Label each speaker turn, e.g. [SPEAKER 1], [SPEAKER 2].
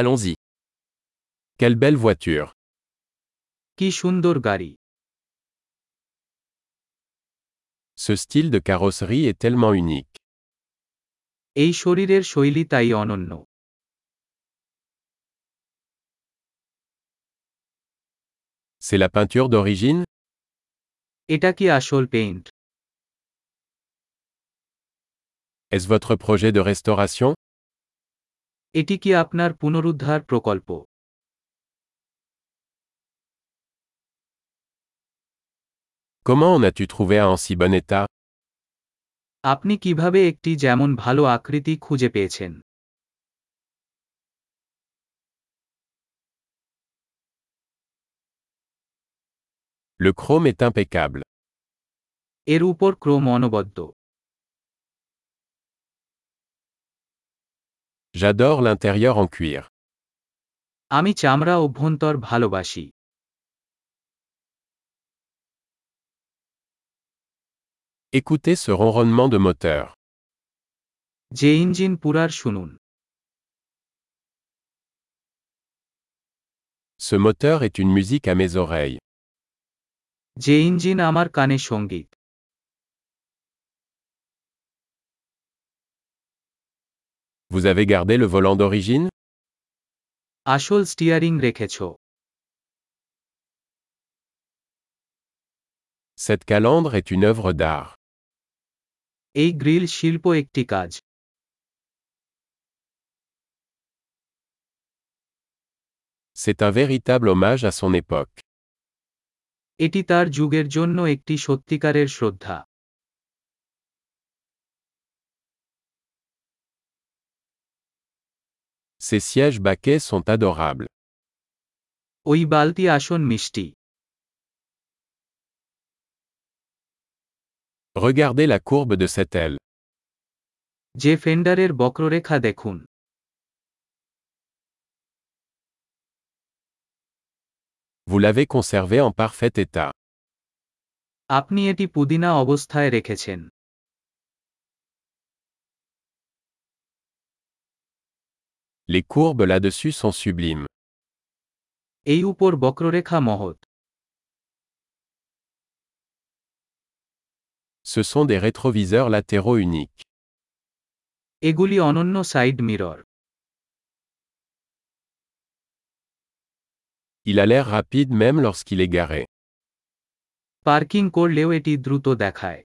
[SPEAKER 1] Allons-y. Quelle belle voiture.
[SPEAKER 2] কি সুন্দর গাড়ি
[SPEAKER 1] Ce style de carrosserie est tellement unique.
[SPEAKER 2] এই শরীরের শৈলী তাই অনন্য
[SPEAKER 1] C'est la peinture d'origine
[SPEAKER 2] এটা কি আসল পেইন্ট
[SPEAKER 1] Est-ce votre projet de restauration
[SPEAKER 2] এটি কি আপনার পুনরুদ্ধার প্রকল্প
[SPEAKER 1] Comment en as-tu trouvé un en si bon état
[SPEAKER 2] আপনি কিভাবে একটি যেমন ভালো আকৃতি খুঁজে পেয়েছেন
[SPEAKER 1] Le chrome est impeccable.
[SPEAKER 2] এর উপর ক্রম অনবদ্য
[SPEAKER 1] J'adore l'intérieur en cuir.
[SPEAKER 2] আমি চামড়া অভ্যন্তর ভালোবাসি
[SPEAKER 1] Écoutez ce ronronnement de moteur.
[SPEAKER 2] যে ইঞ্জিন পুরার শুনুন
[SPEAKER 1] Ce moteur est une musique à mes oreilles.
[SPEAKER 2] যে ইঞ্জিন আমার কানে সঙ্গীত
[SPEAKER 1] Vous avez gardé le volant d'origine
[SPEAKER 2] আসল স্টিয়ারিং রেখেছ
[SPEAKER 1] Cette calandre est une œuvre d'art.
[SPEAKER 2] এই গ্রিল শিল্প একটি কাজ
[SPEAKER 1] C'est un véritable hommage à son époque.
[SPEAKER 2] এটি তার যুগের জন্য একটি সত্যিকারের শ্রদ্ধা
[SPEAKER 1] Ces sièges baquets sont adorables.
[SPEAKER 2] ওই বালতি আসন মিষ্টি
[SPEAKER 1] Regardez la courbe de cette aile.
[SPEAKER 2] যে ফেন্ডারের বক্ররেখা দেখুন
[SPEAKER 1] Vous l'avez conservé en parfait état.
[SPEAKER 2] আপনি এটি পুদিনা অবস্থায় রেখেছেন
[SPEAKER 1] Les courbes là-dessus sont sublimes.
[SPEAKER 2] এই উপর বক্ররেখা মহৎ
[SPEAKER 1] Ce sont des rétroviseurs latéraux uniques.
[SPEAKER 2] এগুলি অনন্য সাইড মিরর
[SPEAKER 1] Il a l'air rapide même lorsqu'il est garé.
[SPEAKER 2] পার্কিং করলেও এটি দ্রুত দেখায়